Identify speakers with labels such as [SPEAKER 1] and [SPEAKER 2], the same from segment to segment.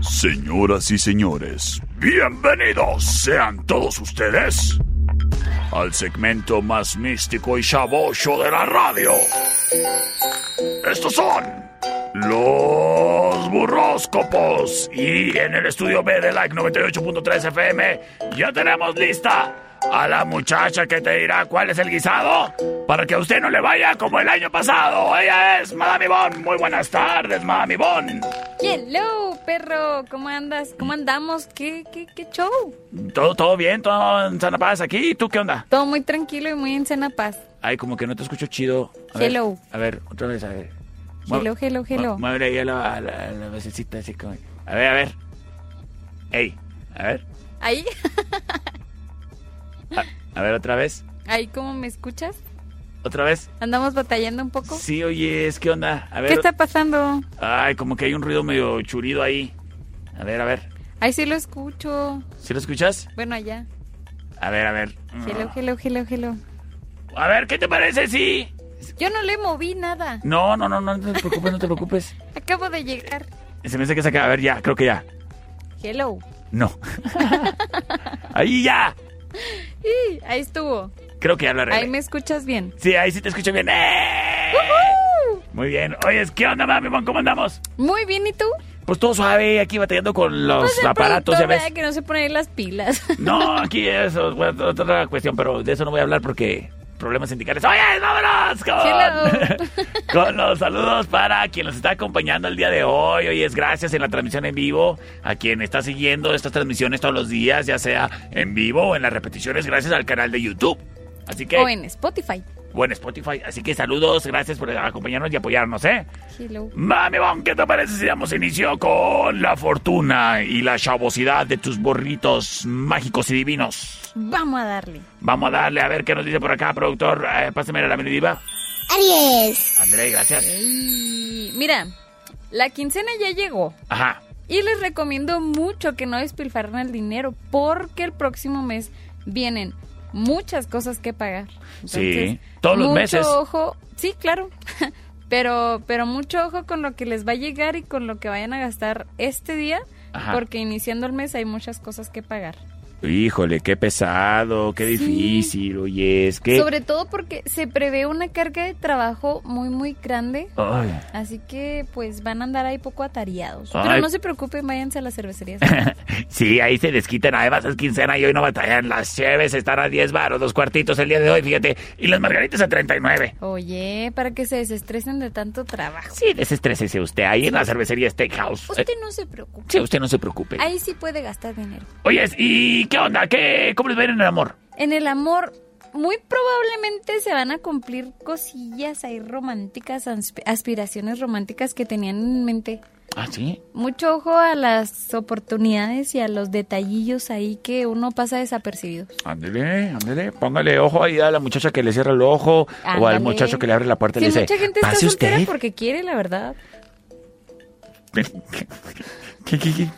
[SPEAKER 1] Señoras y señores, bienvenidos sean todos ustedes al segmento más místico y chabocho de la radio. Estos son los burróscopos y en el estudio B de Like 98.3 FM ya tenemos lista a la muchacha que te dirá cuál es el guisado para que a usted no le vaya como el año pasado. Ella es Madame Ivonne. Muy buenas tardes, Madame Ivonne.
[SPEAKER 2] Hello, perro, ¿cómo andas? ¿Cómo andamos? ¿Qué, qué, qué show?
[SPEAKER 1] ¿Todo, todo bien? ¿Todo en Sana Paz aquí? ¿Y tú qué onda?
[SPEAKER 2] Todo muy tranquilo y muy en cena paz.
[SPEAKER 1] Ay, como que no te escucho chido. A
[SPEAKER 2] Hello.
[SPEAKER 1] Ver, a ver, otra vez, a ver.
[SPEAKER 2] Hello, hello, hello.
[SPEAKER 1] Mueve ahí a la, a la, a la vocecita así como... A ver, a ver. Ey, a ver.
[SPEAKER 2] ¿Ahí?
[SPEAKER 1] A ver, otra vez.
[SPEAKER 2] ¿Ahí cómo me escuchas?
[SPEAKER 1] ¿Otra vez?
[SPEAKER 2] ¿Andamos batallando un poco?
[SPEAKER 1] Sí, oye, es que onda. A ver.
[SPEAKER 2] ¿Qué está pasando?
[SPEAKER 1] Ay, como que hay un ruido medio churido ahí. A ver, a ver.
[SPEAKER 2] Ahí sí lo escucho.
[SPEAKER 1] ¿Sí lo escuchas?
[SPEAKER 2] Bueno, allá.
[SPEAKER 1] A ver, a ver. Mm.
[SPEAKER 2] Hello, hello, hello, hello.
[SPEAKER 1] A ver, ¿qué te parece? Sí.
[SPEAKER 2] Yo no le moví nada.
[SPEAKER 1] No, no, no, no, no te preocupes, no te preocupes.
[SPEAKER 2] Acabo de llegar.
[SPEAKER 1] Se me hace que se acaba. A ver, ya, creo que ya.
[SPEAKER 2] Hello.
[SPEAKER 1] No. ahí ya.
[SPEAKER 2] Y ahí estuvo.
[SPEAKER 1] Creo que ya lo arreglé.
[SPEAKER 2] Ahí me escuchas bien.
[SPEAKER 1] Sí, ahí sí te escucho bien. ¡Eh!
[SPEAKER 2] ¡Woohoo!
[SPEAKER 1] Muy bien. Oye, ¿qué onda, mami? Bon? ¿Cómo andamos?
[SPEAKER 2] Muy bien, ¿y tú?
[SPEAKER 1] Pues todo suave, aquí batallando con los
[SPEAKER 2] Pues el
[SPEAKER 1] aparatos,
[SPEAKER 2] productor,
[SPEAKER 1] ¿ya ves?
[SPEAKER 2] ¿verdad? que no se pone las pilas.
[SPEAKER 1] No, aquí eso es otra- otra cuestión, pero de eso no voy a hablar porque problemas sindicales. Oye, vámonos con, con los saludos para quien nos está acompañando el día de hoy. Hoy es gracias en la transmisión en vivo a quien está siguiendo estas transmisiones todos los días, ya sea en vivo o en las repeticiones, gracias al canal de YouTube. Así que,
[SPEAKER 2] O en Spotify.
[SPEAKER 1] o en Spotify. Así que saludos, gracias por acompañarnos y apoyarnos, ¿eh?
[SPEAKER 2] Hello.
[SPEAKER 1] Mami, Bon, ¿qué te parece si damos inicio con la fortuna y la chavosidad de tus borritos mágicos y divinos?
[SPEAKER 2] Vamos a darle.
[SPEAKER 1] Vamos a darle a ver qué nos dice por acá, productor. Eh, pásame la minidiva.
[SPEAKER 3] Aries,
[SPEAKER 1] André, gracias.
[SPEAKER 2] Ey, Mira, la quincena ya llegó.
[SPEAKER 1] Ajá.
[SPEAKER 2] Y les recomiendo mucho que no despilfarren el dinero porque el próximo mes vienen muchas cosas que pagar.
[SPEAKER 1] Sí, todos los
[SPEAKER 2] mucho
[SPEAKER 1] meses.
[SPEAKER 2] ojo, sí, claro. Pero, pero mucho ojo con lo que les va a llegar y con lo que vayan a gastar este día,
[SPEAKER 1] Ajá.
[SPEAKER 2] porque iniciando el mes hay muchas cosas que pagar.
[SPEAKER 1] Híjole, qué pesado, qué difícil, oye, es que...
[SPEAKER 2] Sobre todo porque se prevé una carga de trabajo muy, muy grande.
[SPEAKER 1] Ay.
[SPEAKER 2] Así que pues van a andar ahí poco atareados.
[SPEAKER 1] Ay.
[SPEAKER 2] Pero no se preocupen, váyanse a las cervecerías.
[SPEAKER 1] Sí, ahí se desquitan, además es quincena y hoy no batallan. Las cheves están a 10 baros, dos cuartitos el día de hoy, fíjate. Y las margaritas a 39.
[SPEAKER 2] Oye, para que se desestresen de tanto trabajo.
[SPEAKER 1] Sí, desestrésese usted ahí en la cervecería Steakhouse. Eh,
[SPEAKER 2] Usted no se preocupe.
[SPEAKER 1] Sí, usted no se preocupe.
[SPEAKER 2] Ahí sí puede gastar dinero.
[SPEAKER 1] Oye, ¿y qué onda? ¿Qué, ¿Cómo les va a ir en el amor?
[SPEAKER 2] En el amor, muy probablemente se van a cumplir cosillas ahí románticas, asp- aspiraciones románticas que tenían en mente.
[SPEAKER 1] Ah, sí.
[SPEAKER 2] Mucho ojo a las oportunidades y a los detallillos ahí que uno pasa desapercibido.
[SPEAKER 1] Ándele, ándele. Póngale ojo ahí a la muchacha que le cierra el ojo o al
[SPEAKER 2] Ándale.
[SPEAKER 1] muchacho que le abre la puerta y
[SPEAKER 2] Sí,
[SPEAKER 1] le dice,
[SPEAKER 2] mucha gente está
[SPEAKER 1] pase
[SPEAKER 2] soltera
[SPEAKER 1] usted.
[SPEAKER 2] porque quiere, la verdad.
[SPEAKER 1] ¿Qué, qué, qué?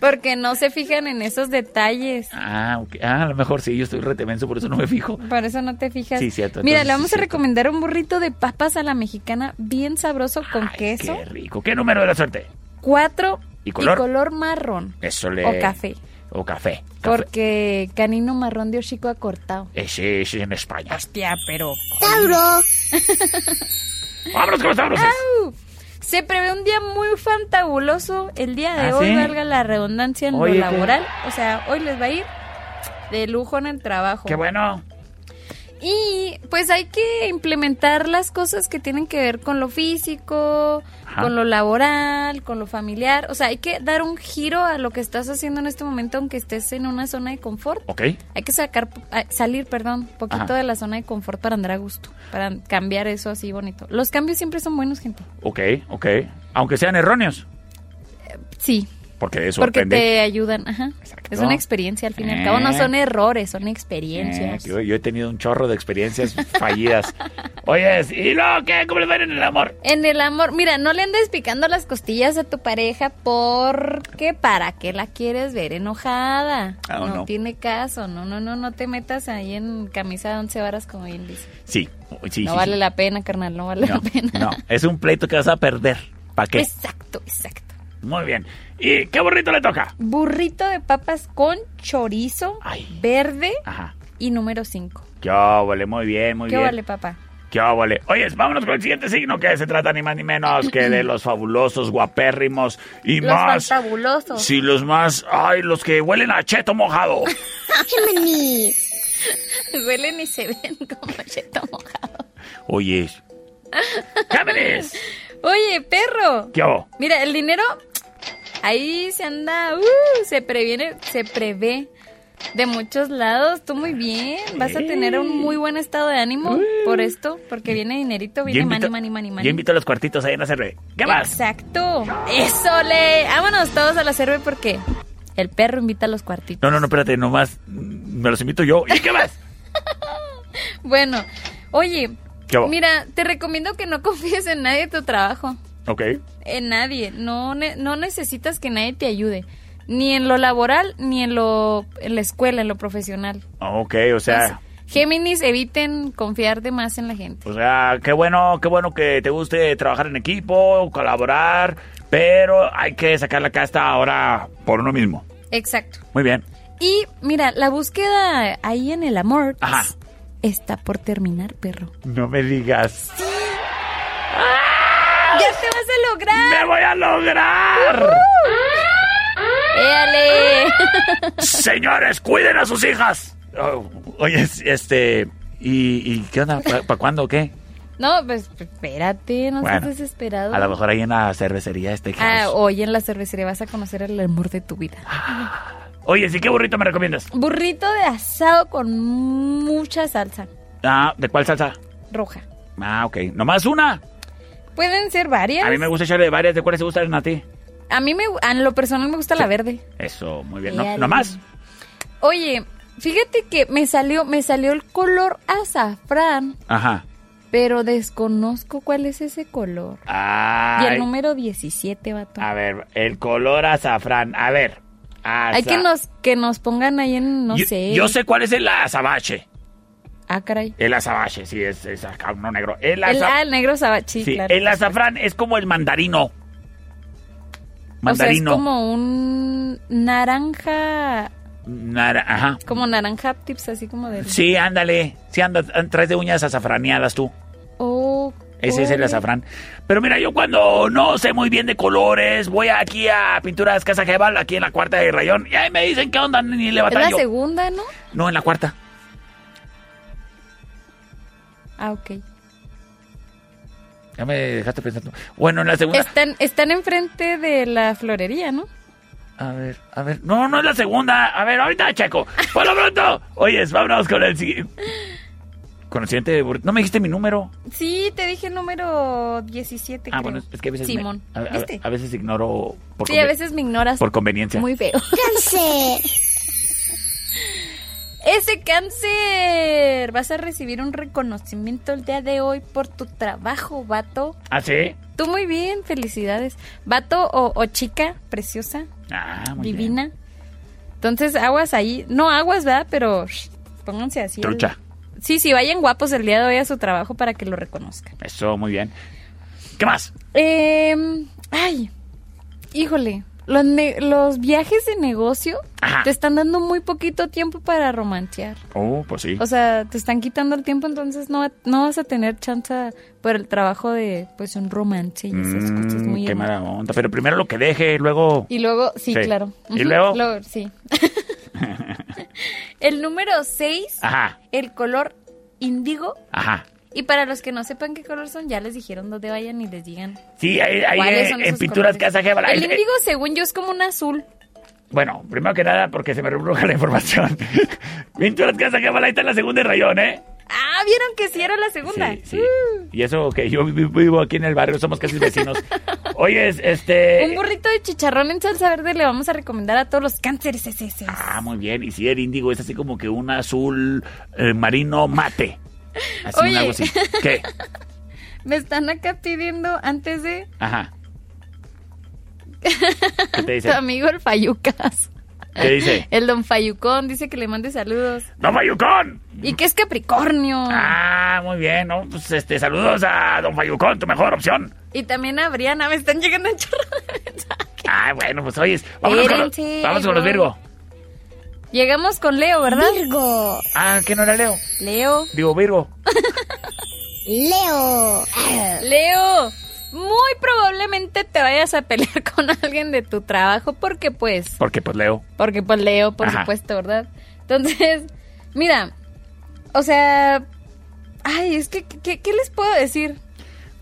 [SPEAKER 2] Porque no se fijan en esos detalles.
[SPEAKER 1] Ah, ok. Ah, a lo mejor sí, yo estoy retemenso, por eso no me fijo.
[SPEAKER 2] Por eso no te fijas.
[SPEAKER 1] Sí, cierto,
[SPEAKER 2] Mira,
[SPEAKER 1] entonces
[SPEAKER 2] le vamos
[SPEAKER 1] sí,
[SPEAKER 2] a
[SPEAKER 1] cierto.
[SPEAKER 2] recomendar un burrito de papas a la mexicana bien sabroso con
[SPEAKER 1] Ay,
[SPEAKER 2] queso.
[SPEAKER 1] Qué rico. ¿Qué número de la suerte?
[SPEAKER 2] Cuatro
[SPEAKER 1] ¿Y color?
[SPEAKER 2] marrón.
[SPEAKER 1] Eso le...
[SPEAKER 2] O café.
[SPEAKER 1] O café. café.
[SPEAKER 2] Porque canino marrón de Ochico ha cortado.
[SPEAKER 1] Ese es en España.
[SPEAKER 2] Hostia, pero.
[SPEAKER 3] Tauro,
[SPEAKER 1] ¡Vámonos con los sabrosos!
[SPEAKER 2] ¡Au! Se prevé un día muy fantabuloso. El día de
[SPEAKER 1] ¿Ah,
[SPEAKER 2] hoy,
[SPEAKER 1] sí?
[SPEAKER 2] valga la redundancia en
[SPEAKER 1] Oye, ¿qué?
[SPEAKER 2] lo laboral. O sea, hoy les va a ir de lujo en el trabajo.
[SPEAKER 1] ¡Qué bueno!
[SPEAKER 2] Y pues hay que implementar las cosas que tienen que ver con lo físico,
[SPEAKER 1] Ajá.
[SPEAKER 2] con lo laboral, con lo familiar. O sea, hay que dar un giro a lo que estás haciendo en este momento, aunque estés en una zona de confort.
[SPEAKER 1] Ok.
[SPEAKER 2] Hay que sacar, ah, salir, perdón, poquito
[SPEAKER 1] Ajá.
[SPEAKER 2] de la zona de confort para andar a gusto, para cambiar eso así bonito. Los cambios siempre son buenos, gente.
[SPEAKER 1] Ok, ok. Aunque sean erróneos.
[SPEAKER 2] Sí,
[SPEAKER 1] Porque de eso
[SPEAKER 2] porque
[SPEAKER 1] depende.
[SPEAKER 2] te ayudan. Ajá.
[SPEAKER 1] Exacto.
[SPEAKER 2] Es una experiencia al fin y al
[SPEAKER 1] Eh.
[SPEAKER 2] cabo. No son errores, son
[SPEAKER 1] Eh,
[SPEAKER 2] experiencias.
[SPEAKER 1] que yo, yo he tenido un chorro de experiencias fallidas. Oye, ¿y lo que ¿Cómo les va en el amor?
[SPEAKER 2] En el amor, mira, no le andes picando las costillas a tu pareja porque para qué la quieres ver enojada.
[SPEAKER 1] I don't
[SPEAKER 2] no,
[SPEAKER 1] know.
[SPEAKER 2] tiene caso, no, no, no, no te metas ahí en camisa de once varas como bien dice.
[SPEAKER 1] Sí, sí,
[SPEAKER 2] no
[SPEAKER 1] sí,
[SPEAKER 2] vale
[SPEAKER 1] sí.
[SPEAKER 2] la pena, carnal, no vale
[SPEAKER 1] no,
[SPEAKER 2] la pena.
[SPEAKER 1] no, es un pleito que vas a perder. ¿Para qué?
[SPEAKER 2] Exacto, exacto.
[SPEAKER 1] Muy bien. ¿Y qué burrito le toca?
[SPEAKER 2] Burrito de papas con chorizo
[SPEAKER 1] Ay.
[SPEAKER 2] verde
[SPEAKER 1] Ajá.
[SPEAKER 2] y número 5.
[SPEAKER 1] Qué vale, muy bien, muy
[SPEAKER 2] ¿Qué
[SPEAKER 1] bien.
[SPEAKER 2] vale, papá?
[SPEAKER 1] ¿Qué óvole? Oye, vámonos con el siguiente signo que se trata ni más ni menos que de los fabulosos, guapérrimos y
[SPEAKER 2] Los
[SPEAKER 1] más.
[SPEAKER 2] fantabulosos.
[SPEAKER 1] Sí, los más. Ay, los que huelen a cheto mojado.
[SPEAKER 3] Géminis,
[SPEAKER 2] Huelen y se ven como cheto mojado.
[SPEAKER 1] Oye. Géminis.
[SPEAKER 2] Oye, perro.
[SPEAKER 1] ¿Qué hago?
[SPEAKER 2] Mira, el dinero ahí se anda, uh, se previene, se prevé de muchos lados. Tú muy bien, vas a tener un muy buen estado de ánimo por esto, porque viene dinerito, viene mani, mani, mani,
[SPEAKER 1] yo
[SPEAKER 2] mani.
[SPEAKER 1] invito a los cuartitos ahí en la cerve. ¿Qué más?
[SPEAKER 2] Exacto. Eso le. Vámonos todos a la cerve porque el perro invita a los cuartitos.
[SPEAKER 1] No, no, no, espérate, nomás mm, me los invito yo. ¿Y qué más?
[SPEAKER 2] Bueno, oye,
[SPEAKER 1] ¿Qué hubo?
[SPEAKER 2] mira, te recomiendo que no confíes en nadie de tu trabajo.
[SPEAKER 1] ok.
[SPEAKER 2] En nadie. No, ne- no necesitas que nadie te ayude. Ni en lo laboral, ni en, lo, en la escuela, en lo profesional.
[SPEAKER 1] Ok, o sea.
[SPEAKER 2] Entonces, Géminis, eviten confiar de más en la gente.
[SPEAKER 1] O sea, qué bueno, qué bueno que te guste trabajar en equipo, colaborar, pero hay que sacar la casta ahora por uno mismo.
[SPEAKER 2] Exacto.
[SPEAKER 1] Muy bien.
[SPEAKER 2] Y mira, la búsqueda ahí en el amor
[SPEAKER 1] Ajá.
[SPEAKER 2] está por terminar, perro.
[SPEAKER 1] No me digas.
[SPEAKER 2] ¡Ya te vas a lograr!
[SPEAKER 1] ¡Me voy a lograr!
[SPEAKER 2] ¡Éale!
[SPEAKER 1] Señores, cuiden a sus hijas. Oh, oye, es- este... ¿Y, y qué onda? ¿Para cuándo o qué?
[SPEAKER 2] No, pues espérate, no
[SPEAKER 1] Bueno,
[SPEAKER 2] seas desesperado.
[SPEAKER 1] A lo mejor ahí en la cervecería este
[SPEAKER 2] Ah,
[SPEAKER 1] house.
[SPEAKER 2] hoy en la cervecería vas a conocer el amor de tu vida.
[SPEAKER 1] Oye, ¿sí qué burrito me recomiendas?
[SPEAKER 2] Burrito de asado con mucha salsa
[SPEAKER 1] Ah, ¿de cuál salsa?
[SPEAKER 2] roja.
[SPEAKER 1] Ah, ok. ¿Nomás una?
[SPEAKER 2] Pueden ser varias.
[SPEAKER 1] A mí me gusta echarle varias. ¿De cuáles te gustan a ti?
[SPEAKER 2] A mí me, a lo personal me gusta la verde.
[SPEAKER 1] Eso, muy bien. No,
[SPEAKER 2] Ea,
[SPEAKER 1] ¿Nomás?
[SPEAKER 2] Oye, fíjate que me salió, me salió el color azafrán,
[SPEAKER 1] Ajá.
[SPEAKER 2] pero desconozco cuál es ese color. Y el
[SPEAKER 1] Ay,
[SPEAKER 2] número 17, vato.
[SPEAKER 1] a ver, el color azafrán. A ver.
[SPEAKER 2] Hay
[SPEAKER 1] aza-
[SPEAKER 2] que nos, que nos pongan ahí en, no
[SPEAKER 1] yo,
[SPEAKER 2] sé.
[SPEAKER 1] Yo sé cuál es el azabache.
[SPEAKER 2] Ah, caray.
[SPEAKER 1] El azabache, sí, es, es acá uno negro. El,
[SPEAKER 2] El,
[SPEAKER 1] aza-
[SPEAKER 2] ah, el negro sabachi,
[SPEAKER 1] sí,
[SPEAKER 2] claro.
[SPEAKER 1] el azafrán es como el mandarino. Mandarino.
[SPEAKER 2] O sea, es como un naranja,
[SPEAKER 1] Nara- Ajá.
[SPEAKER 2] como naranja tips, así como de...
[SPEAKER 1] Sí, ándale. Sí, anda, traes de uñas azafraneadas tú.
[SPEAKER 2] Oh,
[SPEAKER 1] Ese es el
[SPEAKER 2] órale.
[SPEAKER 1] azafrán. Pero mira, yo cuando no sé muy bien de colores, voy aquí a Pinturas Casa Jebal, aquí en la cuarta de Rayón, y ahí me dicen qué onda, ni le
[SPEAKER 2] Es la
[SPEAKER 1] batallo.
[SPEAKER 2] segunda, ¿no?
[SPEAKER 1] No, en la cuarta.
[SPEAKER 2] Ah, ok.
[SPEAKER 1] Ya me dejaste pensando. Bueno, en la segunda.
[SPEAKER 2] Están, están enfrente de la florería, ¿no?
[SPEAKER 1] A ver, a ver. No, no es la segunda. A ver, ahorita checo. Por lo pronto. Oyes, vámonos con el siguiente. Con el siguiente. bur- No me dijiste mi número.
[SPEAKER 2] Sí, te dije el número
[SPEAKER 1] ah,
[SPEAKER 2] 17, creo.
[SPEAKER 1] bueno, es que a veces. me-
[SPEAKER 2] Simón.
[SPEAKER 1] a, a-
[SPEAKER 2] ¿Viste?
[SPEAKER 1] a veces ignoro por,
[SPEAKER 2] sí,
[SPEAKER 1] conven-
[SPEAKER 2] a veces me ignoras.
[SPEAKER 1] por conveniencia.
[SPEAKER 2] Muy feo.
[SPEAKER 3] Cáncer,
[SPEAKER 2] ¡Ese cáncer! Vas a recibir un reconocimiento el día de hoy por tu trabajo, vato.
[SPEAKER 1] ¿Ah, sí?
[SPEAKER 2] Tú muy bien, felicidades. Vato o, o chica, preciosa,
[SPEAKER 1] Ah, muy bien.
[SPEAKER 2] divina. Entonces, aguas ahí. No aguas, ¿verdad? Pero sh, pónganse así. al-
[SPEAKER 1] Trucha.
[SPEAKER 2] Sí, sí, vayan guapos el día de hoy a su trabajo para que lo reconozcan.
[SPEAKER 1] Eso, muy bien. ¿Qué más?
[SPEAKER 2] Eh, ay, híjole, los, ne- los viajes de negocio
[SPEAKER 1] Ajá.
[SPEAKER 2] te están dando muy poquito tiempo para romancear.
[SPEAKER 1] Oh, pues sí.
[SPEAKER 2] O sea, te están quitando el tiempo, entonces no, no vas a tener chance por el trabajo de pues un romance y esas
[SPEAKER 1] Mm,
[SPEAKER 2] cosas muy
[SPEAKER 1] qué
[SPEAKER 2] hermosas.
[SPEAKER 1] mala onda. Pero primero lo que deje, luego.
[SPEAKER 2] Y luego, sí,
[SPEAKER 1] Sí.
[SPEAKER 2] claro.
[SPEAKER 1] ¿Y
[SPEAKER 2] Ujú,
[SPEAKER 1] luego?
[SPEAKER 2] sí. el número 6,
[SPEAKER 1] Ajá.
[SPEAKER 2] el color índigo.
[SPEAKER 1] Ajá.
[SPEAKER 2] Y para los que no sepan qué color son, ya les dijeron dónde vayan y les digan.
[SPEAKER 1] Sí, ahí, ahí
[SPEAKER 2] ¿Cuáles
[SPEAKER 1] eh,
[SPEAKER 2] son
[SPEAKER 1] en
[SPEAKER 2] esos
[SPEAKER 1] pinturas
[SPEAKER 2] colores?
[SPEAKER 1] Casa Gévara.
[SPEAKER 2] El
[SPEAKER 1] Eh, eh,
[SPEAKER 2] índigo, según yo, es como un azul.
[SPEAKER 1] Bueno, primero que nada, porque se me rebruja la información. pinturas Casa Gévara, ahí está la segunda de rayón, ¿eh?
[SPEAKER 2] Ah, ¿vieron que sí era la segunda? Uh.
[SPEAKER 1] Sí, sí. Y eso que yo vi- vivo aquí en el barrio, somos casi vecinos. Oye, es- este...
[SPEAKER 2] Un burrito de chicharrón en salsa verde le vamos a recomendar a todos los cánceres ese, ese.
[SPEAKER 1] Ah, muy bien. Y si el índigo es así como que un azul eh, marino mate. Así un
[SPEAKER 2] Oye.
[SPEAKER 1] algo así. ¿Qué?
[SPEAKER 2] Me están acá pidiendo antes de
[SPEAKER 1] Ajá. ¿Qué te
[SPEAKER 2] tu
[SPEAKER 1] dice?
[SPEAKER 2] amigo el Fayucas.
[SPEAKER 1] ¿Qué dice?
[SPEAKER 2] El don Fayucón dice que le mande saludos.
[SPEAKER 1] ¡No, Fayucón!
[SPEAKER 2] Y que es Capricornio.
[SPEAKER 1] Ah, muy bien, ¿no? Pues este, saludos a Don Fayucón, tu mejor opción.
[SPEAKER 2] Y también a Briana. Me están llegando un chorro de mensajes.
[SPEAKER 1] Ah, bueno, pues oyes. Vámonos con, los,
[SPEAKER 2] Espérense,
[SPEAKER 1] vámonos con los
[SPEAKER 2] voy.
[SPEAKER 1] Virgo.
[SPEAKER 2] Llegamos con Leo, ¿verdad?
[SPEAKER 3] Virgo,
[SPEAKER 1] Ah, ¿qué no era Leo?
[SPEAKER 2] Leo.
[SPEAKER 1] Digo, Virgo.
[SPEAKER 3] Leo,
[SPEAKER 2] Leo, muy probablemente te vayas a pelear con alguien de tu trabajo porque pues,
[SPEAKER 1] Porque pues Leo.
[SPEAKER 2] porque pues Leo, por
[SPEAKER 1] Ajá.
[SPEAKER 2] supuesto, ¿verdad? Entonces, mira, o sea, ay, es que, ¿qué, qué les puedo decir?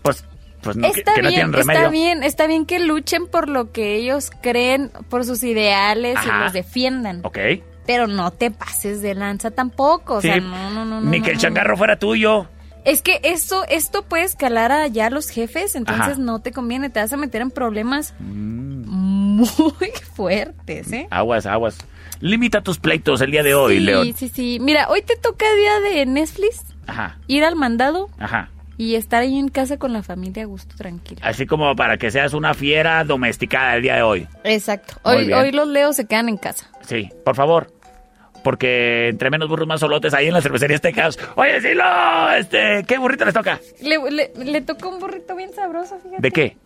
[SPEAKER 1] Pues, pues no, que-
[SPEAKER 2] está
[SPEAKER 1] que, no
[SPEAKER 2] bien,
[SPEAKER 1] tienen remedio.
[SPEAKER 2] está bien, está bien que luchen por lo que ellos creen, por sus ideales
[SPEAKER 1] Ajá.
[SPEAKER 2] y los defiendan,
[SPEAKER 1] Ok.
[SPEAKER 2] pero no te pases de lanza tampoco, o sea,
[SPEAKER 1] Sí.
[SPEAKER 2] no, no, no. no,
[SPEAKER 1] Ni
[SPEAKER 2] no,
[SPEAKER 1] que el
[SPEAKER 2] no.
[SPEAKER 1] changarro fuera tuyo.
[SPEAKER 2] Es que esto, esto puede escalar allá a los jefes, entonces
[SPEAKER 1] Ajá. Mm.
[SPEAKER 2] no te conviene, te vas a meter en problemas muy fuertes, ¿eh?
[SPEAKER 1] Aguas, aguas. Limita tus pleitos el día de hoy,
[SPEAKER 2] sí,
[SPEAKER 1] León.
[SPEAKER 2] sí, sí. Mira, hoy te toca día de Netflix,
[SPEAKER 1] Ajá,
[SPEAKER 2] ir al mandado
[SPEAKER 1] ajá.
[SPEAKER 2] y estar ahí en casa con la familia a gusto, tranquilo.
[SPEAKER 1] Así como para que seas una fiera domesticada el día de hoy.
[SPEAKER 2] Exacto.
[SPEAKER 1] Muy
[SPEAKER 2] Hoy,
[SPEAKER 1] bien.
[SPEAKER 2] hoy los leos se quedan en casa.
[SPEAKER 1] Sí, por favor. Porque entre menos burros más solotes ahí en la cervecería Texas. Oye, Silo, este, ¿qué burrito les toca?
[SPEAKER 2] Le, le, le tocó un burrito bien sabroso, fíjate.
[SPEAKER 1] ¿De qué?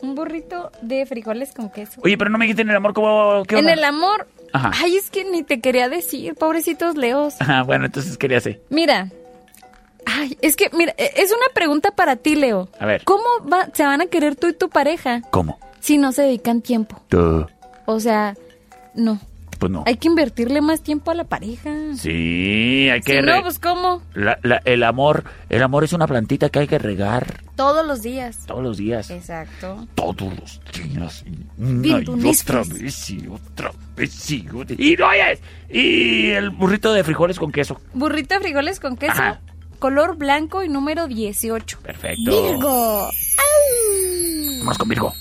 [SPEAKER 2] Un burrito de frijoles con queso.
[SPEAKER 1] Oye, pero no me dijiste en el amor cómo qué
[SPEAKER 2] en
[SPEAKER 1] onda?
[SPEAKER 2] el amor.
[SPEAKER 1] Ajá.
[SPEAKER 2] Ay, es que ni te quería decir, pobrecitos leos.
[SPEAKER 1] Ah, bueno, entonces quería hacer.
[SPEAKER 2] Mira. Ay, es que, mira, e- es una pregunta para ti, Leo.
[SPEAKER 1] A ver.
[SPEAKER 2] ¿Cómo va- se van a querer tú y tu pareja
[SPEAKER 1] ¿Cómo?
[SPEAKER 2] si no se dedican tiempo?
[SPEAKER 1] Tú.
[SPEAKER 2] O sea, no.
[SPEAKER 1] Pues no.
[SPEAKER 2] Hay que invertirle más tiempo a la pareja.
[SPEAKER 1] Sí, hay que
[SPEAKER 2] Si
[SPEAKER 1] re-
[SPEAKER 2] no, pues ¿cómo?
[SPEAKER 1] la- la- el amor, el amor es una plantita que hay que regar
[SPEAKER 2] Todos los días.
[SPEAKER 1] todos los días.
[SPEAKER 2] Exacto.
[SPEAKER 1] todos los días y una
[SPEAKER 2] Bien, tú
[SPEAKER 1] y otra
[SPEAKER 2] listas.
[SPEAKER 1] vez y otra vez y otra y no oyes y el burrito de frijoles con queso
[SPEAKER 2] Burrito de frijoles con queso,
[SPEAKER 1] Ajá.
[SPEAKER 2] color blanco y número 18.
[SPEAKER 1] perfecto
[SPEAKER 3] Virgo,
[SPEAKER 1] vámonos con Virgo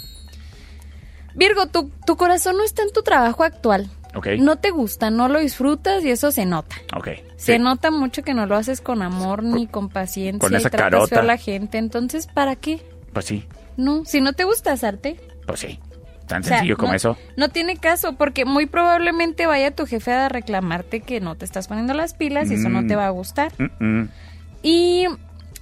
[SPEAKER 2] Virgo, tu, tu corazón no está en tu trabajo actual.
[SPEAKER 1] ok
[SPEAKER 2] No te gusta, no lo disfrutas y eso se nota.
[SPEAKER 1] ok
[SPEAKER 2] Se
[SPEAKER 1] sí.
[SPEAKER 2] nota mucho que no lo haces con amor ni con paciencia
[SPEAKER 1] con esa
[SPEAKER 2] y tratas
[SPEAKER 1] carota.
[SPEAKER 2] feo a la gente. Entonces, ¿para qué?
[SPEAKER 1] pues sí
[SPEAKER 2] No, si no te gusta asarte.
[SPEAKER 1] pues sí tan
[SPEAKER 2] o sea,
[SPEAKER 1] sencillo como
[SPEAKER 2] no-
[SPEAKER 1] eso
[SPEAKER 2] No tiene caso, porque muy probablemente vaya tu jefe a reclamarte que no te estás poniendo las pilas y eso no
[SPEAKER 1] Mm.
[SPEAKER 2] te va a gustar.
[SPEAKER 1] Mm, mm.
[SPEAKER 2] Y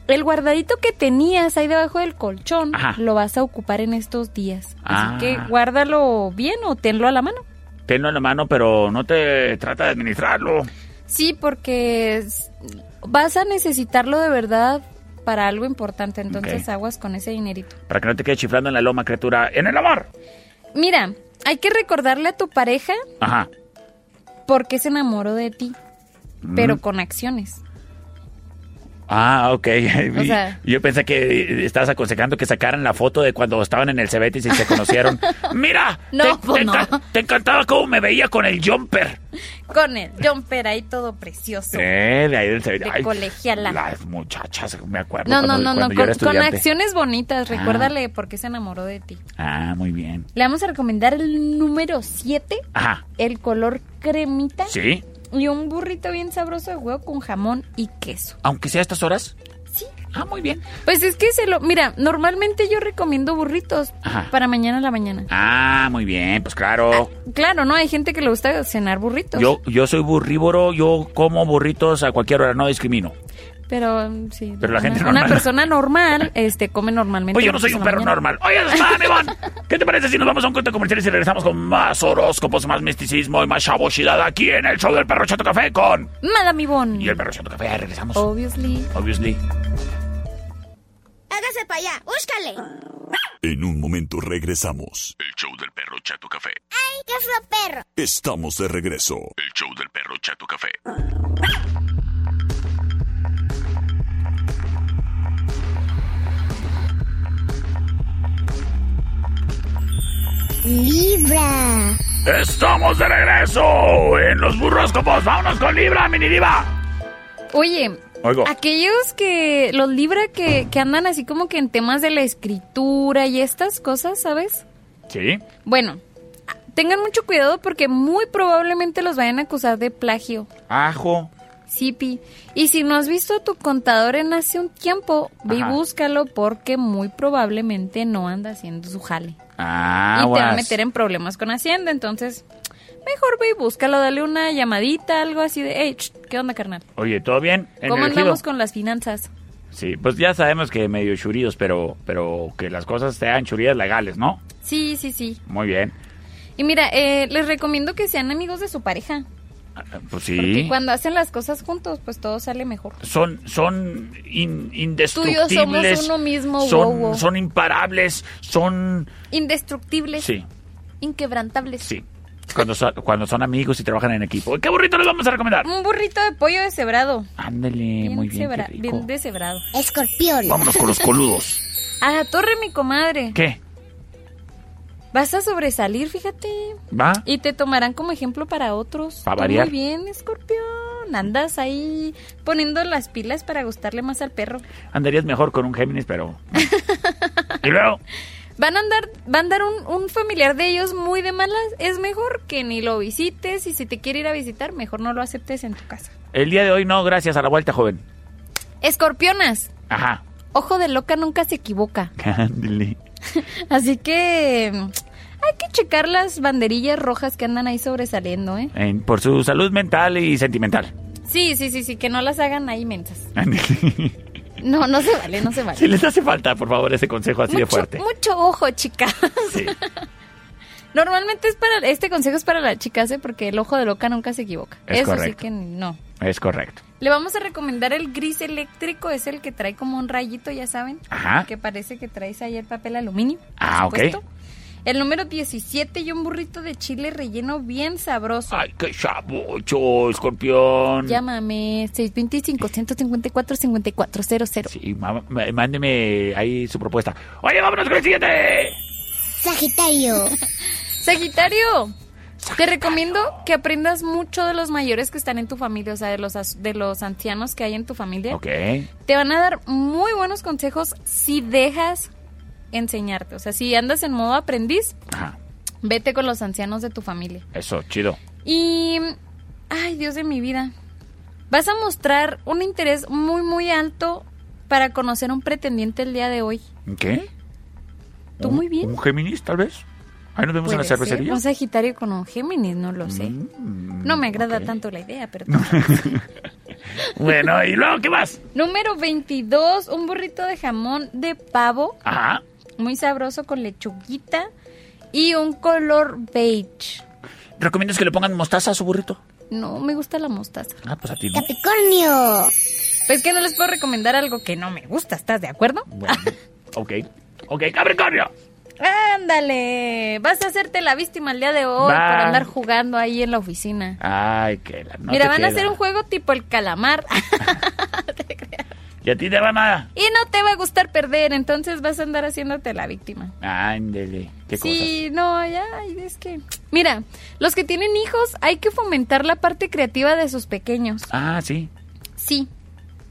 [SPEAKER 2] el guardadito que tenías ahí debajo del colchón
[SPEAKER 1] Ajá.
[SPEAKER 2] lo vas a ocupar en estos días.
[SPEAKER 1] Ah.
[SPEAKER 2] Así que guárdalo bien o tenlo a la mano.
[SPEAKER 1] tenlo en la mano pero no te trata de administrarlo
[SPEAKER 2] Sí, porque es- vas a necesitarlo de verdad para algo importante, entonces
[SPEAKER 1] Ok.
[SPEAKER 2] aguas con ese dinerito.
[SPEAKER 1] para que no te quedes chiflando en la loma criatura en el amor
[SPEAKER 2] Mira, hay que recordarle a tu pareja
[SPEAKER 1] ajá
[SPEAKER 2] por qué se enamoró de ti,
[SPEAKER 1] Mm.
[SPEAKER 2] pero con acciones.
[SPEAKER 1] Ah, ok.
[SPEAKER 2] O sea-
[SPEAKER 1] Yo pensé que estabas aconsejando que sacaran la foto de cuando estaban en el Cebetis y se conocieron. ¡Mira!
[SPEAKER 2] No,
[SPEAKER 1] te,
[SPEAKER 2] pues
[SPEAKER 1] te
[SPEAKER 2] no.
[SPEAKER 1] encan- te encantaba cómo me veía con el jumper.
[SPEAKER 2] Con el jumper ahí todo precioso.
[SPEAKER 1] Eh, de ahí del Cebetis.
[SPEAKER 2] De colegiala.
[SPEAKER 1] Las muchachas, me acuerdo.
[SPEAKER 2] No,
[SPEAKER 1] cuando,
[SPEAKER 2] no, no,
[SPEAKER 1] cuando
[SPEAKER 2] no,
[SPEAKER 1] yo
[SPEAKER 2] con,
[SPEAKER 1] era
[SPEAKER 2] con
[SPEAKER 1] estudiante.
[SPEAKER 2] acciones bonitas,
[SPEAKER 1] Ah.
[SPEAKER 2] recuérdale por qué se enamoró de ti.
[SPEAKER 1] Ah, muy bien.
[SPEAKER 2] Le vamos a recomendar el número 7,
[SPEAKER 1] Ajá.
[SPEAKER 2] el color cremita
[SPEAKER 1] ¿Sí?
[SPEAKER 2] y un burrito bien sabroso de huevo con jamón y queso.
[SPEAKER 1] Aunque sea a estas horas.
[SPEAKER 2] Sí.
[SPEAKER 1] Ah, muy bien.
[SPEAKER 2] Pues es que se lo. Mira, normalmente yo recomiendo burritos
[SPEAKER 1] Ajá.
[SPEAKER 2] para mañana en la mañana.
[SPEAKER 1] Ah, muy bien, pues claro.
[SPEAKER 2] Claro, ¿no? Hay gente que le gusta cenar burritos.
[SPEAKER 1] Yo, yo soy burrívoro, yo como burritos a cualquier hora, no discrimino.
[SPEAKER 2] Pero mm, sí.
[SPEAKER 1] Pero la
[SPEAKER 2] una,
[SPEAKER 1] gente
[SPEAKER 2] una
[SPEAKER 1] normal.
[SPEAKER 2] persona normal este, come normalmente.
[SPEAKER 1] Oye, yo no soy un
[SPEAKER 2] burritos en
[SPEAKER 1] perro
[SPEAKER 2] la mañana.
[SPEAKER 1] normal. Oye, Mami Iván, ¿qué te parece si nos vamos a un cuento comercial y si regresamos con más horóscopos, más misticismo y más chabosidad aquí en el show del perro Chato Café con...
[SPEAKER 2] Madame Yvonne.
[SPEAKER 1] Y el perro Chato Café, ahí regresamos.
[SPEAKER 2] Oh. Obviously.
[SPEAKER 1] Obviously.
[SPEAKER 3] hágase para allá, búscale.
[SPEAKER 4] En un momento regresamos.
[SPEAKER 5] El show del perro Chato Café.
[SPEAKER 3] Ay, qué feo perro.
[SPEAKER 4] Estamos de regreso.
[SPEAKER 5] El show del perro Chato Café.
[SPEAKER 1] ¡Estamos de regreso en los burroscopos! ¡Vámonos con Libra, mini diva!
[SPEAKER 2] Oye,
[SPEAKER 1] Oigo.
[SPEAKER 2] aquellos que, los Libra que, que andan así como que en temas de la escritura y estas cosas, ¿sabes?
[SPEAKER 1] ¿Sí?
[SPEAKER 2] Bueno, a- tengan mucho cuidado porque muy probablemente los vayan a acusar de plagio.
[SPEAKER 1] Ajo.
[SPEAKER 2] Sí, Pi. Y si no has visto a tu contador en hace un tiempo, ve y
[SPEAKER 1] Ajá.
[SPEAKER 2] búscalo porque muy probablemente no anda haciendo su jale.
[SPEAKER 1] Ah,
[SPEAKER 2] y te va a meter en problemas con Hacienda, entonces mejor ve y búscalo, dale una llamadita, algo así de, hey, ch, ¿qué onda, carnal?
[SPEAKER 1] Oye, ¿todo bien? ¿En
[SPEAKER 2] ¿Cómo
[SPEAKER 1] el ejido?
[SPEAKER 2] andamos con las finanzas?
[SPEAKER 1] Sí, pues ya sabemos que medio churidos, pero, pero que las cosas sean churidas legales, ¿no?
[SPEAKER 2] Sí, sí, sí.
[SPEAKER 1] Muy bien.
[SPEAKER 2] Y mira, eh, les recomiendo que sean amigos de su pareja,
[SPEAKER 1] Ah, Pues
[SPEAKER 2] porque
[SPEAKER 1] sí.
[SPEAKER 2] cuando hacen las cosas juntos, pues todo sale mejor.
[SPEAKER 1] Son, son in- indestructibles.
[SPEAKER 2] Tú y yo somos uno mismo,
[SPEAKER 1] son,
[SPEAKER 2] wow, wow.
[SPEAKER 1] son imparables, son...
[SPEAKER 2] Indestructibles,
[SPEAKER 1] Sí,
[SPEAKER 2] inquebrantables.
[SPEAKER 1] sí. Cuando, so- cuando son amigos y trabajan en equipo. ¿Qué burrito les vamos a recomendar?
[SPEAKER 2] Un burrito de pollo deshebrado.
[SPEAKER 1] Ándale,
[SPEAKER 2] Bien,
[SPEAKER 1] muy bien, qué
[SPEAKER 2] cebra-
[SPEAKER 1] rico.
[SPEAKER 2] bien deshebrado.
[SPEAKER 3] Escorpión.
[SPEAKER 1] Vámonos con los coludos.
[SPEAKER 2] A la torre, mi comadre.
[SPEAKER 1] ¿Qué?
[SPEAKER 2] Vas a sobresalir, fíjate.
[SPEAKER 1] ¿Va?
[SPEAKER 2] Y te tomarán como ejemplo para otros.
[SPEAKER 1] Pa'
[SPEAKER 2] Tú
[SPEAKER 1] variar.
[SPEAKER 2] Muy bien, escorpión. Andas ahí poniendo las pilas para gustarle más al perro.
[SPEAKER 1] Andarías mejor con un Géminis, pero... y luego...
[SPEAKER 2] Van a andar, va a andar un, un familiar de ellos muy de malas. Es mejor que ni lo visites y si te quiere ir a visitar, mejor no lo aceptes en tu casa.
[SPEAKER 1] El día de hoy no, gracias a la vuelta, joven.
[SPEAKER 2] Escorpionas,
[SPEAKER 1] Ajá.
[SPEAKER 2] ojo de loca nunca se equivoca.
[SPEAKER 1] Ándale.
[SPEAKER 2] Así que mm, hay que checar las banderillas rojas que andan ahí sobresaliendo, ¿eh?
[SPEAKER 1] En- por su salud mental y sentimental.
[SPEAKER 2] Sí, sí, sí, sí, que no las hagan ahí mensas.
[SPEAKER 1] Ándale.
[SPEAKER 2] No, no se vale, no se vale.
[SPEAKER 1] Si les hace falta, por favor, ese consejo así de
[SPEAKER 2] mucho,
[SPEAKER 1] fuerte.
[SPEAKER 2] mucho ojo, chicas.
[SPEAKER 1] Sí.
[SPEAKER 2] Normalmente es para este consejo es para las chicas, ¿eh? porque el ojo de loca nunca se equivoca.
[SPEAKER 1] Es
[SPEAKER 2] Eso sí
[SPEAKER 1] correcto.
[SPEAKER 2] que no.
[SPEAKER 1] Es correcto.
[SPEAKER 2] Le vamos a recomendar el gris eléctrico, es el que trae como un rayito, ya saben,
[SPEAKER 1] Ajá.
[SPEAKER 2] que parece que traes ahí el papel aluminio. por
[SPEAKER 1] Ah, ok.
[SPEAKER 2] supuesto. El número 17 y un burrito de chile relleno bien sabroso.
[SPEAKER 1] Ay, qué chabucho, escorpión.
[SPEAKER 2] Llámame 625-154-5400.
[SPEAKER 1] Sí, ma- ma- mándeme ahí su propuesta. Oye, vámonos con el siguiente.
[SPEAKER 3] Sagitario.
[SPEAKER 2] Sagitario, te recomiendo que aprendas mucho de los mayores que están en tu familia, o sea, de los, as- de los ancianos que hay en tu familia.
[SPEAKER 1] Ok.
[SPEAKER 2] Te van a dar muy buenos consejos si dejas enseñarte. O sea, si andas en modo aprendiz,
[SPEAKER 1] Ajá.
[SPEAKER 2] vete con los ancianos de tu familia.
[SPEAKER 1] Eso, chido.
[SPEAKER 2] Y... Ay, Dios de mi vida. Vas a mostrar un interés muy, muy alto para conocer un pretendiente el día de hoy.
[SPEAKER 1] ¿Qué?
[SPEAKER 2] Tú
[SPEAKER 1] ¿Un-
[SPEAKER 2] ¿Eh? muy bien.
[SPEAKER 1] ¿Un Géminis, tal vez? Ahí nos vemos en la
[SPEAKER 2] Puede ser,
[SPEAKER 1] cervecería.
[SPEAKER 2] Un Sagitario con un Géminis, no lo sé.
[SPEAKER 1] Mm,
[SPEAKER 2] No me agrada
[SPEAKER 1] ok.
[SPEAKER 2] tanto la idea, pero...
[SPEAKER 1] Bueno, ¿y luego qué más?
[SPEAKER 2] Número 22, un burrito de jamón de pavo,
[SPEAKER 1] Ajá.
[SPEAKER 2] muy sabroso con lechuguita y un color beige.
[SPEAKER 1] ¿Recomiendas que le pongan mostaza a su burrito?
[SPEAKER 2] No, me gusta la mostaza.
[SPEAKER 1] Ah, pues a ti no.
[SPEAKER 3] Capricornio.
[SPEAKER 2] Pues que no les puedo recomendar algo que no me gusta, ¿estás de acuerdo?
[SPEAKER 1] Bueno, ok. Ok, Capricornio.
[SPEAKER 2] Ándale, vas a hacerte la víctima el día de hoy
[SPEAKER 1] Va.
[SPEAKER 2] por andar jugando ahí en la oficina.
[SPEAKER 1] Ay, que la no
[SPEAKER 2] Mira,
[SPEAKER 1] te
[SPEAKER 2] van
[SPEAKER 1] queda.
[SPEAKER 2] a hacer un juego tipo el calamar
[SPEAKER 1] Y a ti te van a.
[SPEAKER 2] y no te va a gustar perder, entonces vas a andar haciéndote la víctima.
[SPEAKER 1] Ándele. Qué
[SPEAKER 2] sí, no, ya, ay, es que... Mira, los que tienen hijos hay que fomentar la parte creativa de sus pequeños.
[SPEAKER 1] cosas. Ah, sí.
[SPEAKER 2] Sí,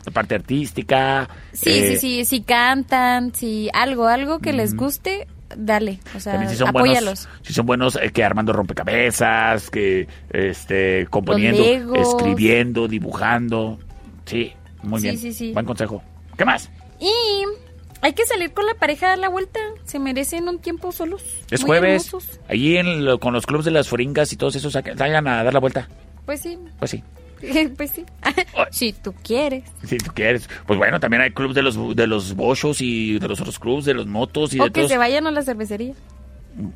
[SPEAKER 1] La parte artística.
[SPEAKER 2] sí,
[SPEAKER 1] eh, Mm.
[SPEAKER 2] sí, sí, si cantan, si algo, algo que les guste, dale, o sea,
[SPEAKER 1] También si son
[SPEAKER 2] apóyalos.
[SPEAKER 1] buenos, si son buenos eh, que armando rompecabezas, que este componiendo,
[SPEAKER 2] Los legos.
[SPEAKER 1] escribiendo, dibujando. Sí, muy
[SPEAKER 2] Sí,
[SPEAKER 1] bien.
[SPEAKER 2] sí, sí.
[SPEAKER 1] Buen consejo. ¿Qué más?
[SPEAKER 2] Y hay que salir con la pareja a dar la vuelta, se merecen un tiempo solos.
[SPEAKER 1] Es
[SPEAKER 2] muy
[SPEAKER 1] jueves.
[SPEAKER 2] hermosos.
[SPEAKER 1] Allí en lo- con los clubes de las foringas y todos esos saquen- salgan a dar la vuelta.
[SPEAKER 2] Pues sí,
[SPEAKER 1] Pues sí.
[SPEAKER 2] pues sí, si tú quieres.
[SPEAKER 1] Si tú quieres. Pues bueno, también hay clubes de los de los bochos y de los otros clubes, de los motos y
[SPEAKER 2] O
[SPEAKER 1] de
[SPEAKER 2] que
[SPEAKER 1] todos.
[SPEAKER 2] se vayan a la cervecería.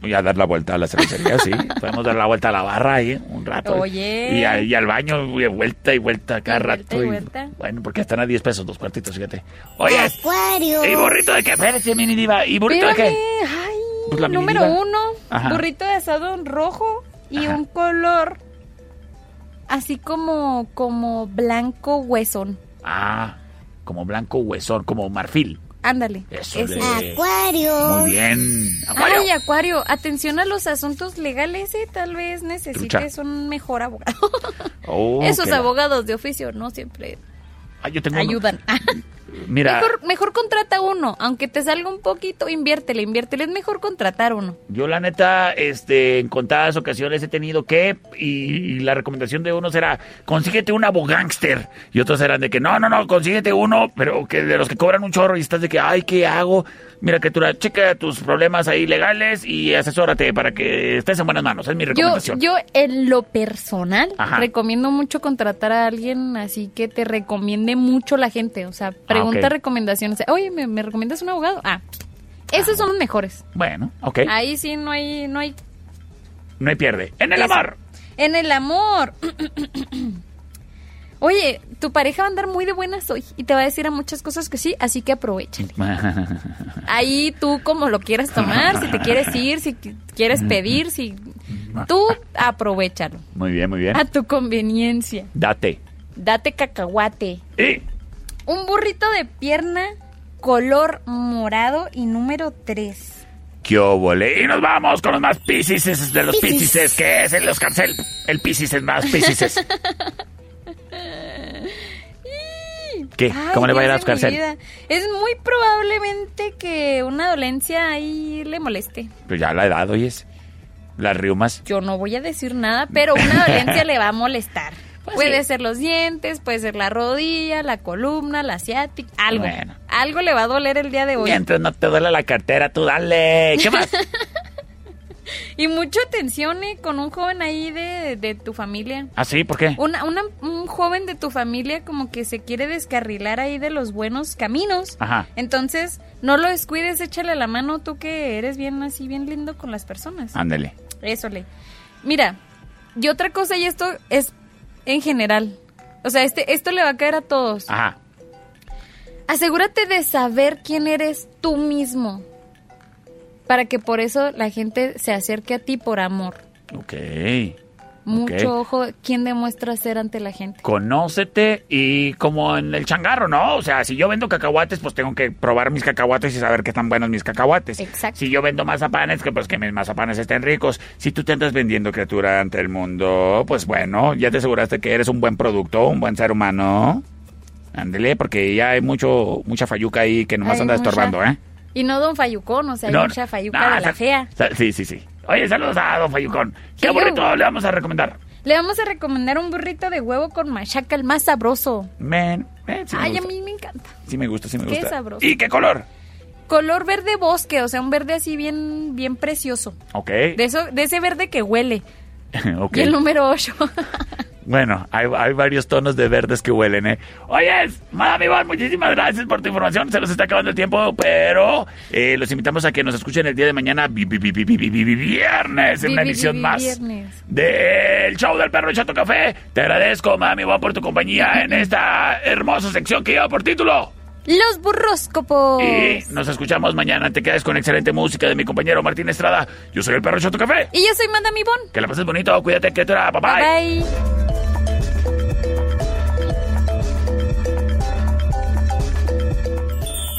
[SPEAKER 1] Y a dar la vuelta a la cervecería, sí. Podemos dar la vuelta a la barra ahí un rato.
[SPEAKER 2] Oye.
[SPEAKER 1] Y, a- y al baño, y vuelta y vuelta cada
[SPEAKER 2] Y vuelta
[SPEAKER 1] rato.
[SPEAKER 2] y vuelta.
[SPEAKER 1] Bueno, porque están a 10 pesos los cuartitos, fíjate. Oye,
[SPEAKER 3] Acuario.
[SPEAKER 1] ¿y borrito de qué? Espérate, mini diva. ¿Y burrito de
[SPEAKER 2] Espérame,
[SPEAKER 1] qué?
[SPEAKER 2] ay,
[SPEAKER 1] Pues la
[SPEAKER 2] número
[SPEAKER 1] minidiva.
[SPEAKER 2] uno,
[SPEAKER 1] Ajá.
[SPEAKER 2] burrito de asado en rojo y
[SPEAKER 1] Ajá.
[SPEAKER 2] un color así como, como blanco huesón.
[SPEAKER 1] Ah, como blanco huesón, como marfil.
[SPEAKER 2] Ándale.
[SPEAKER 1] Eso
[SPEAKER 2] ese.
[SPEAKER 1] le-
[SPEAKER 3] Acuario.
[SPEAKER 1] Muy bien. Ah, Acuario.
[SPEAKER 2] Ay, Acuario, atención a los asuntos legales y tal vez necesites un mejor abogado.
[SPEAKER 1] Oh,
[SPEAKER 2] Esos
[SPEAKER 1] que la-
[SPEAKER 2] abogados de oficio no siempre
[SPEAKER 1] Ah, yo tengo uno.
[SPEAKER 2] ayudan.
[SPEAKER 1] Mira,
[SPEAKER 2] Mejor, mejor contrata uno, aunque te salga un poquito, inviértele, inviértele. Es mejor contratar uno.
[SPEAKER 1] yo la neta, este, en contadas ocasiones he tenido que, y, y la recomendación de unos era, consíguete un abogángster. Y otros eran de que, no, no, no, consíguete uno, pero que de los que cobran un chorro y estás de que, ay, ¿qué hago? Mira, que tú la- checa tus problemas ahí legales y asesórate para que estés en buenas manos. Es mi
[SPEAKER 2] Yo,
[SPEAKER 1] recomendación.
[SPEAKER 2] yo en lo personal
[SPEAKER 1] Ajá.
[SPEAKER 2] recomiendo mucho contratar a alguien así que te recomiende mucho la gente. O sea, pregunta
[SPEAKER 1] Ah, ok.
[SPEAKER 2] recomendaciones. Oye, ¿me, me recomiendas un abogado? Ah, esos son los mejores.
[SPEAKER 1] Bueno, ok.
[SPEAKER 2] Ahí sí no hay, no hay.
[SPEAKER 1] No hay pierde. En el
[SPEAKER 2] Eso.
[SPEAKER 1] amor.
[SPEAKER 2] En el amor. Oye, tu pareja va a andar muy de buenas hoy y te va a decir a muchas cosas que sí, así que aprovecha. Ahí tú como lo quieras tomar, si te quieres ir, si qui- quieres pedir, si tú aprovechalo
[SPEAKER 1] muy bien, muy bien.
[SPEAKER 2] a tu conveniencia.
[SPEAKER 1] Date.
[SPEAKER 2] Date cacahuate.
[SPEAKER 1] Y
[SPEAKER 2] Un burrito de pierna color morado y número 3.
[SPEAKER 1] ¿Qué obole? Y nos vamos con los más piscis de los
[SPEAKER 3] Piscis.
[SPEAKER 1] piscis, que es el Oscar Cel. El piscis es más piscis. ¿Qué? ¿Cómo le va a ir a Oscar Cel?
[SPEAKER 2] Es muy probablemente que una dolencia ahí le moleste.
[SPEAKER 1] Pues ya la edad, oyes. Las riumas.
[SPEAKER 2] Yo no voy a decir nada, pero una dolencia le va a molestar.
[SPEAKER 1] Pues
[SPEAKER 2] puede
[SPEAKER 1] sí.
[SPEAKER 2] ser los dientes, puede ser la rodilla, la columna, la ciática, algo.
[SPEAKER 1] Bueno.
[SPEAKER 2] Algo le va a doler el día de hoy.
[SPEAKER 1] Mientras no te duele la cartera, tú dale. ¿Qué más?
[SPEAKER 2] Y mucha atención eh, con un joven ahí de, de tu familia.
[SPEAKER 1] ¿Ah, sí? ¿Por qué?
[SPEAKER 2] Una, una- un joven de tu familia como que se quiere descarrilar ahí de los buenos caminos.
[SPEAKER 1] Ajá.
[SPEAKER 2] Entonces, no lo descuides, échale la mano tú que eres bien así, bien lindo con las personas.
[SPEAKER 1] Ándale.
[SPEAKER 2] Eso le. Mira, y otra cosa, y esto es en general. O sea, este, esto le va a caer a todos.
[SPEAKER 1] Ajá.
[SPEAKER 2] Asegúrate de saber quién eres tú mismo. Para que por eso la gente se acerque a ti por amor.
[SPEAKER 1] Ok.
[SPEAKER 2] Mucho
[SPEAKER 1] Ok.
[SPEAKER 2] ojo quién demuestra ser ante la gente.
[SPEAKER 1] Conócete y como en el changarro, ¿no? O sea, si yo vendo cacahuates, pues tengo que probar mis cacahuates y saber que están buenos mis cacahuates.
[SPEAKER 2] Exacto.
[SPEAKER 1] Si yo vendo mazapanes, que pues que mis mazapanes estén ricos. Si tú te andas vendiendo criatura ante el mundo, pues bueno, ya te aseguraste que eres un buen producto, un buen ser humano. Ándele, porque ya hay mucho, mucha fayuca ahí que nomás
[SPEAKER 2] Hay
[SPEAKER 1] anda
[SPEAKER 2] mucha-
[SPEAKER 1] estorbando, ¿eh?
[SPEAKER 2] Y no don Fayucón, o sea, hay
[SPEAKER 1] No,
[SPEAKER 2] mucha Fayuca
[SPEAKER 1] no,
[SPEAKER 2] de la
[SPEAKER 1] sal-
[SPEAKER 2] fea.
[SPEAKER 1] sal- Sí, sí, sí. Oye, saludos a Don Fayucón. ¿Qué
[SPEAKER 2] Sí, yo.
[SPEAKER 1] burrito le vamos a recomendar?
[SPEAKER 2] Le vamos a recomendar un burrito de huevo con machaca, el más sabroso.
[SPEAKER 1] Men, men, sí me
[SPEAKER 2] Ay, a
[SPEAKER 1] gusta.
[SPEAKER 2] mí me encanta.
[SPEAKER 1] Sí me gusta, sí me
[SPEAKER 2] Qué
[SPEAKER 1] gusta.
[SPEAKER 2] sabroso.
[SPEAKER 1] ¿Y qué color?
[SPEAKER 2] Color verde bosque, o sea, un verde así bien, bien precioso.
[SPEAKER 1] Ok.
[SPEAKER 2] De, eso, de ese verde que huele.
[SPEAKER 1] Ok.
[SPEAKER 2] Y el número 8.
[SPEAKER 1] Bueno, hay, hay varios tonos de verdes que huelen, ¿eh? Oyes, Madame Iván, muchísimas gracias por tu información. Se nos está acabando el tiempo, pero eh, los invitamos a que nos escuchen el día de mañana, vi- vi- vi- vi- vi- vi- vi- vi- viernes, en
[SPEAKER 2] Vi-
[SPEAKER 1] una
[SPEAKER 2] vi- vi-
[SPEAKER 1] emisión
[SPEAKER 2] vi-
[SPEAKER 1] más
[SPEAKER 2] viernes.
[SPEAKER 1] del show del perro Chato Café. Te agradezco, Madame Iván, por tu compañía en esta hermosa sección que lleva por título.
[SPEAKER 2] Los burroscopos.
[SPEAKER 1] Y nos escuchamos mañana. Te quedas con excelente música de mi compañero Martín Estrada. Yo soy el perro Chato Café.
[SPEAKER 2] Y yo soy Madame Ivonne.
[SPEAKER 1] Que la pases bonito, cuídate, criatura. Bye bye.
[SPEAKER 2] Bye. bye.